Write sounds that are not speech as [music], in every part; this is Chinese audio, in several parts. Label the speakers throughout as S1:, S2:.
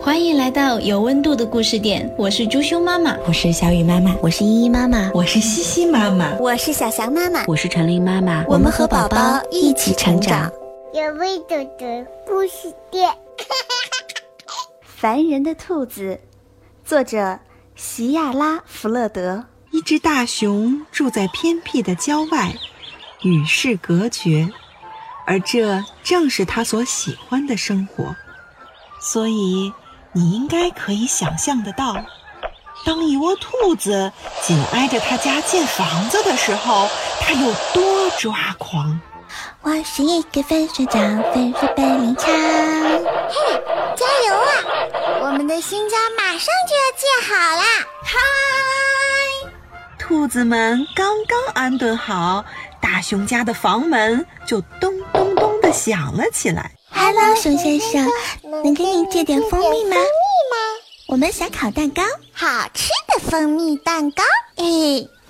S1: 欢迎来到有温度的故事店，我是猪胸妈妈。
S2: 我是小雨妈妈，
S3: 我是依依妈妈，
S4: 我是西西妈妈，
S5: 我是小翔妈妈，
S6: 我是陈琳妈妈，
S7: 我们和宝宝一起成长。
S8: 有味道的故事店，
S5: 烦人的兔子，作者席亚拉·弗勒德。
S9: 一只大熊住在偏僻的郊外，与世隔绝，而这正是他所喜欢的生活。所以，你应该可以想象得到，当一窝兔子紧挨着他家建房子的时候，他有多抓狂。
S7: 我是一个分水长，分水本领强。
S8: 嘿，加油啊！我们的新家马上就要建好啦！嗨，
S9: 兔子们刚刚安顿好，大熊家的房门就咚咚咚的响了起来。
S7: Hello，熊先生，能给您借点蜂蜜吗？蜂蜜
S8: 吗？
S7: 我们想烤蛋糕，
S8: 好
S3: 吃的蜂蜜蛋糕。
S8: 哎，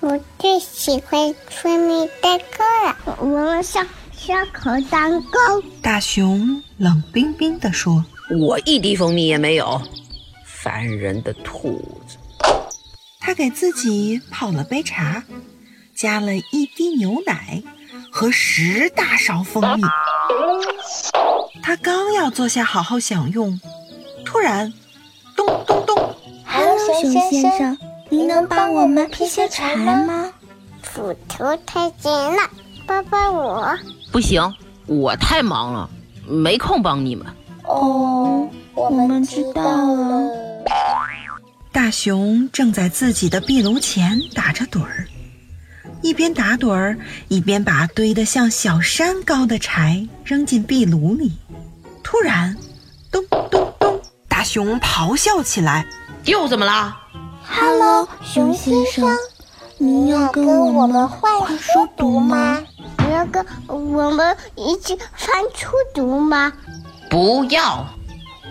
S8: 我最喜欢蜂蜜蛋糕了。我们想烧烤蛋糕。
S9: 大熊冷冰冰地说
S6: 我一滴蜂蜜也没有，烦人的兔子。：“
S9: 他给自己泡了杯茶，加了一滴牛奶和十大勺蜂蜜。他刚要坐下好好享用，突然，咚咚咚，
S7: Hello，熊先生，您能帮我们
S8: 批
S7: 劈
S8: 些
S7: 些
S8: 柴
S7: 柴
S8: 吗
S7: 吗？
S8: 斧头太尖了，帮帮我。
S6: 不行，我太忙了，没空帮你们。
S7: 哦，我们知道了。
S9: 大熊正在自己的壁炉前打着盹儿，一边打盹儿，一边把堆得像小山高的柴扔进壁炉里。突然，咚咚咚，大熊咆哮起来。
S6: 又怎么啦？
S7: Hello，熊先生，您要跟我们
S8: 换
S7: 书读吗？
S8: 你要跟我们一起翻书读吗？
S6: 不要，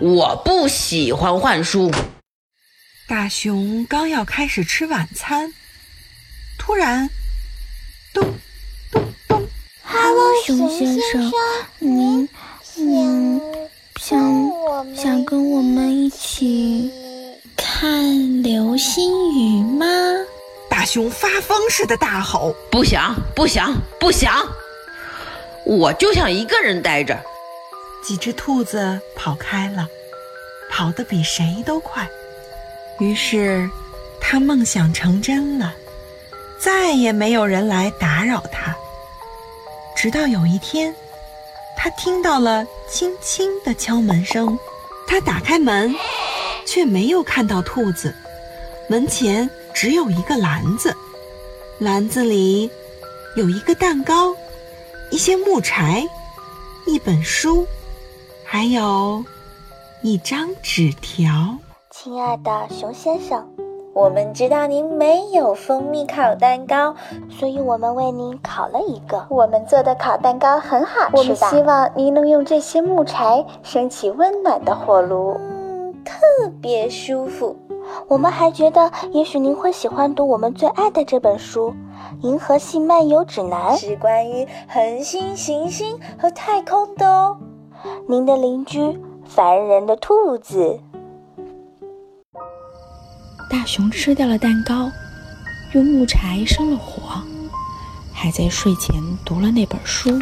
S6: 我不喜欢换书。
S9: 大熊刚要开始吃晚餐，突然，咚咚咚，
S7: ？Hello，熊先生，您嗯想
S8: 我
S7: 想跟我们一起
S1: 看流星雨吗？
S9: 大熊发疯似的大吼。
S6: 不想，不想，不想，我就想一个人待着。
S9: 几只兔子跑开了，跑得比谁都快。于是，他梦想成真了，再也没有人来打扰他。直到有一天，他听到了轻轻的敲门声，他打开门，却没有看到兔子。门前只有一个篮子，篮子里有一个蛋糕，一些木柴，一本书。还有一张纸条。
S3: 亲爱的熊先生，我们知道您没有蜂蜜烤蛋糕，所以我们为您烤了一个。我们做的烤蛋糕很好吃的，我们希望您能用这些木柴升起温暖的火炉，嗯，特别舒服。我们还觉得，也许您会喜欢读我们最爱的这本书《银河系漫游指南》，是关于恒星、行星和太空的哦。您的邻居，烦人的兔子。
S2: 大熊吃掉了蛋糕，用木柴生了火，还在睡前读了那本书。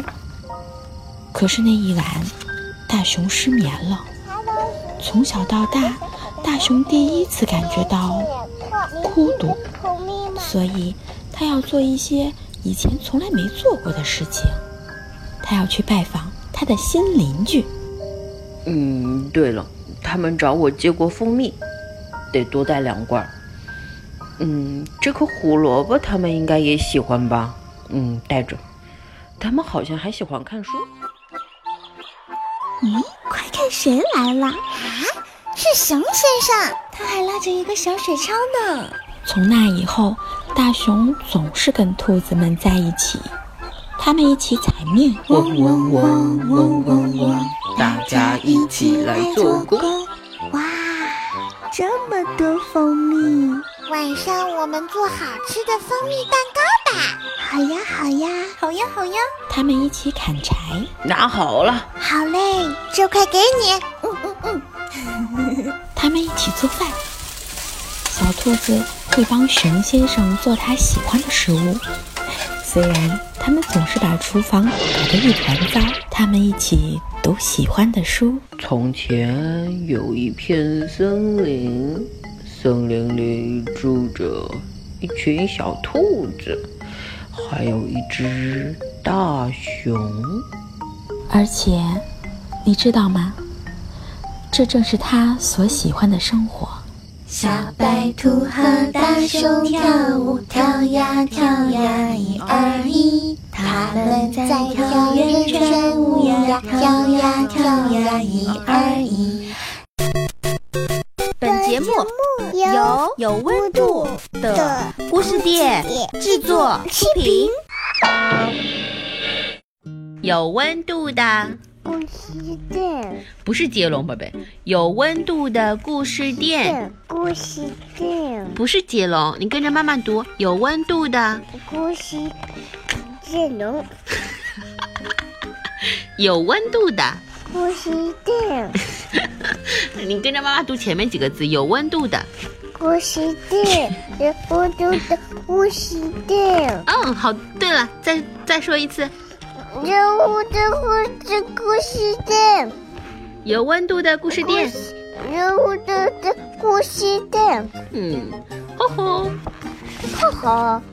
S2: 可是那一晚，大熊失眠了。从小到大，大熊第一次感觉到孤独，所以他要做一些以前从来没做过的事情。他要去拜访他的新邻居。
S6: 嗯，对了，他们找我借过蜂蜜，得多带两罐儿。嗯，这颗胡萝卜他们应该也喜欢吧？嗯，带着。他们好像还喜欢看书。
S7: 快看谁来了！啊
S8: 是熊先生，
S7: 他还拉着一个小水超呢。
S2: 从那以后，大熊总是跟兔子们在一起，他们一起采面，
S6: 嗡嗡嗡嗡嗡嗡，大家一起来做工。
S7: 哇，这么多蜂蜜！
S8: 晚上我们做好吃的蜂蜜蛋糕吧。
S7: 好呀，好呀，好呀，好呀！
S2: 他们一起砍柴，
S6: 拿好了，
S8: 好嘞，这块给你。嗯嗯嗯，
S2: 他们一起做饭，小兔子会帮熊先生做他喜欢的食物。虽然他们总是把厨房搞得一团糟，他们一起读喜欢的书，
S6: 从前有一片森林，森林里住着一群小兔子，还有一只大熊。
S2: 而且，你知道吗？这正是他所喜欢的生活。
S7: 小白兔和大熊跳舞，跳呀跳呀，一二一。它们在跳圆圈舞呀，跳呀跳呀，一二一。
S4: 本节目由有温度的故事店制作出品，有温度的
S8: 故事店，
S4: 不是接龙，宝贝，有温度的故事店，
S8: 故事店，
S4: 不是接龙，你跟着妈妈读，有温度的，
S8: 故事电龙，
S4: [laughs] 有温度的，
S8: 故事店，
S4: [laughs] 你跟着妈妈读前面几个字，有温度的，
S8: 故事店，有温度的故事店，
S4: 嗯，好，对了，再再说一次，
S8: 有温度的故事店，
S4: 有温度的故事店，
S8: 有温度的故事店，
S4: 嗯，吼吼。
S8: 哈哈。